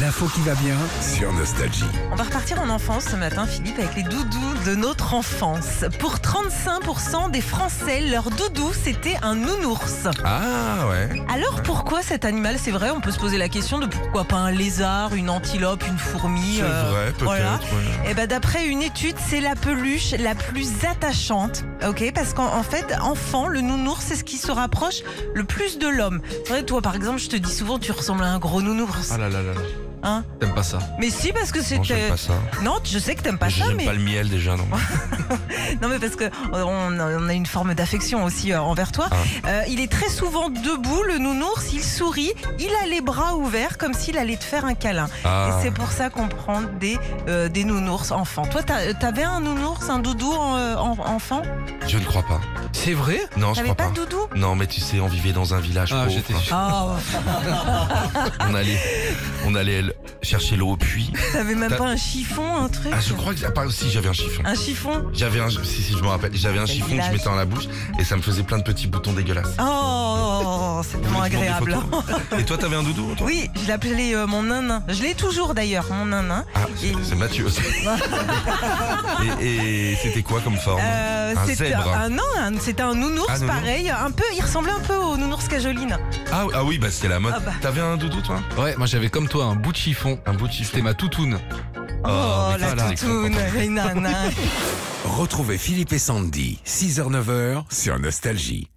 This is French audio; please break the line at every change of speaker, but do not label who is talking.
L'info qui va bien.
sur Nostalgie.
On va repartir en enfance ce matin, Philippe, avec les doudous de notre enfance. Pour 35% des Français, leur doudou, c'était un nounours.
Ah ouais.
Alors pourquoi cet animal C'est vrai, on peut se poser la question de pourquoi pas un lézard, une antilope, une fourmi.
C'est
euh,
vrai peut-être.
voilà.
ouais.
Eh ben, d'après une étude, c'est la peluche la plus attachante. Ok, parce qu'en en fait, enfant, le nounours, c'est ce qui se rapproche le plus de l'homme. C'est vrai, toi, par exemple, je te dis souvent, tu ressembles à un gros nounours.
Ah là là là. là.
Hein
T'aimes pas ça
mais si, parce que
Non, j'aime
c'était.
pas ça.
Non, je sais que t'aimes euh, pas ça,
J'aime
mais.
pas le miel déjà non.
Non mais parce que euh, on a on a une forme d'affection aussi euh, envers toi.
Ah.
Euh, il est très souvent debout, le nounours, il sourit, il a les bras ouverts comme s'il allait te faire un câlin.
Ah.
Et c'est pour ça qu'on prend des, euh, des nounours enfants. Toi, t'as- euh, t'avais un nounours, un doudou en, euh, en- enfant
Je ne crois pas. C'est vrai Non, je
T'avais
crois
pas
pas.
de doudou
Non, mais tu sais, on vivait dans un village
Ah,
pauvre.
j'étais sûr.
Ah,
On allait, on allait l- chercher l'eau au puits.
t'avais même
T'as-
pas un chiffon, un truc
Ah, je crois que ah, pas si j'avais un chiffon.
Un chiffon
J'avais un, si si, je me rappelle, j'avais un
Quel
chiffon que
village.
je mettais dans la bouche et ça me faisait plein de petits boutons dégueulasses.
Oh, c'est
Vous
tellement
voulez que je demande des
agréable.
photos Et toi, t'avais un doudou toi
Oui, je l'appelais euh, mon nanin. Je l'ai toujours d'ailleurs, mon nanin.
Ah, c'est c'est Mathieu. et et c'était quoi comme forme
Euh,
Ah, Un
c'était
zèbre.
un- non, un- c'était un nounours
Ah, nounours.
pareil, un peu, il ressemblait un peu au nounours cajoline.
ah, ah oui, bah c'était la mode.
Ah bah.
T'avais un doudou toi
Ouais, moi j'avais comme toi un bout de chiffon.
Un bout de
C'était
chiffon.
ma toutoune.
Oh,
Oh, mais
la
voilà.
toutoune, les nanas.
Retrouvez Philippe et Sandy, 6h-9h sur Nostalgie.